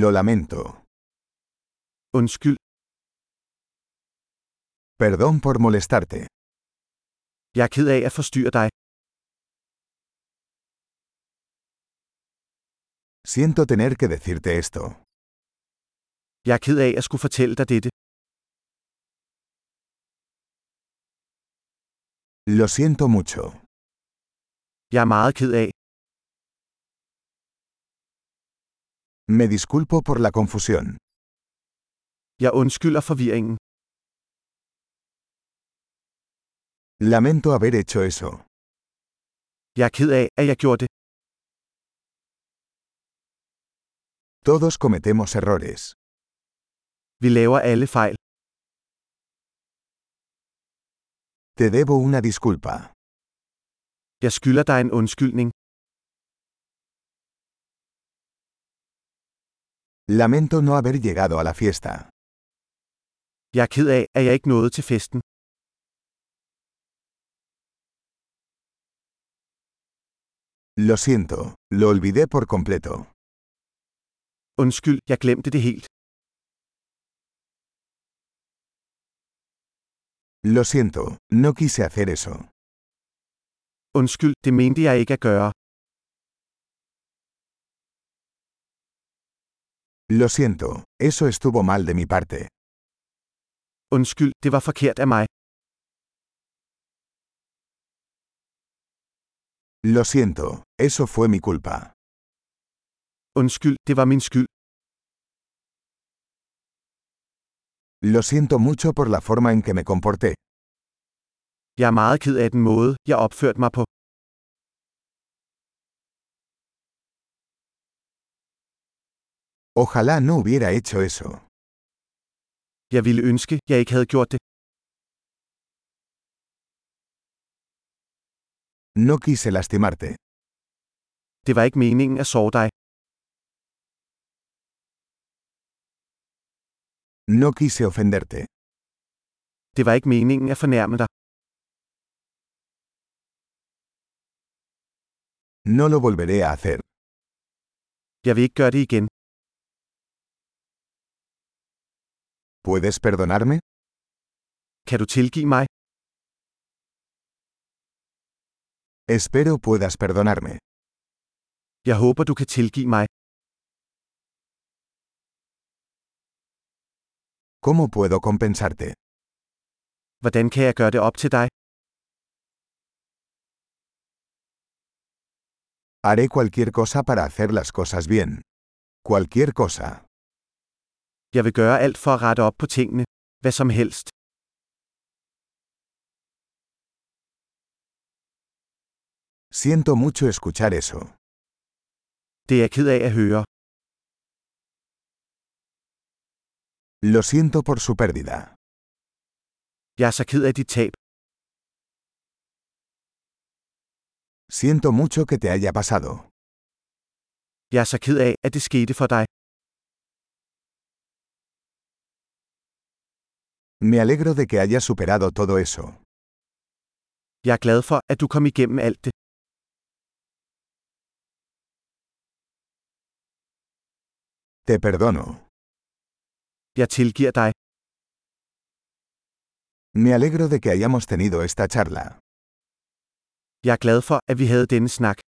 Lo lamento. Undskyld, Perdón por molestarte. jeg er ked af at forstyrre dig. Siento tener que decirte esto. Jeg er ked af at skulle fortælle dig dette. Lo siento mucho. Jeg er meget ked af. Me disculpo por la confusión. Jeg undskylder forvirringen. Lamento haber hecho eso. Jeg er ked af, at jeg gjorde det. Todos cometemos errores. Vi laver alle fejl. Te debo una disculpa. Jeg skylder dig en undskyldning. Lamento no haber llegado a la fiesta. Jeg er ked af, at jeg ikke nåede til festen. Lo siento, lo olvidé por completo. Undskyld, jeg glemte det helt. Lo siento, no quise hacer eso. Undskyld, det mente jeg ikke at gøre. Lo siento, eso estuvo mal de mi parte. Undskyld, det var forkert af mig. Lo siento, eso fue mi culpa. Undskyld, det var min skyld. Lo siento mucho por la forma en que me comporté. Jeg er meget ked af den måde, jeg opførte mig på. Ojalá no hubiera hecho eso. Jeg ville ønske, jeg ikke havde gjort det. No quise lastimarte. Det var ikke meningen at sove dig. No quise ofenderte. Det var ikke meningen at fornærme dig. No lo volveré a hacer. Jeg vil ikke gøre det igen. ¿Puedes perdonarme? Kan du tilgive mig? Espero puedas perdonarme. Jeg håber, du kan tilgive mig. ¿Cómo puedo compensarte? Hvordan kan jeg gøre det op til dig? Haré cualquier cosa para hacer las cosas bien. Cualquier cosa. Jeg vil gøre alt for at rette op på tingene. Hvad som helst. Siento mucho escuchar eso. Det er jeg ked af at høre. Lo siento por su pérdida. Jeg er så ked af dit tab. Siento mucho que te haya pasado. Jeg er så ked af, at det skete for dig. Me alegro de que hayas superado todo eso. Jeg er glad for, at du kom igennem alt det. Te perdono. Jeg tilgiver dig. Me alegro de que hayamos tenido esta charla. Jeg er glad for, at vi havde denne snak.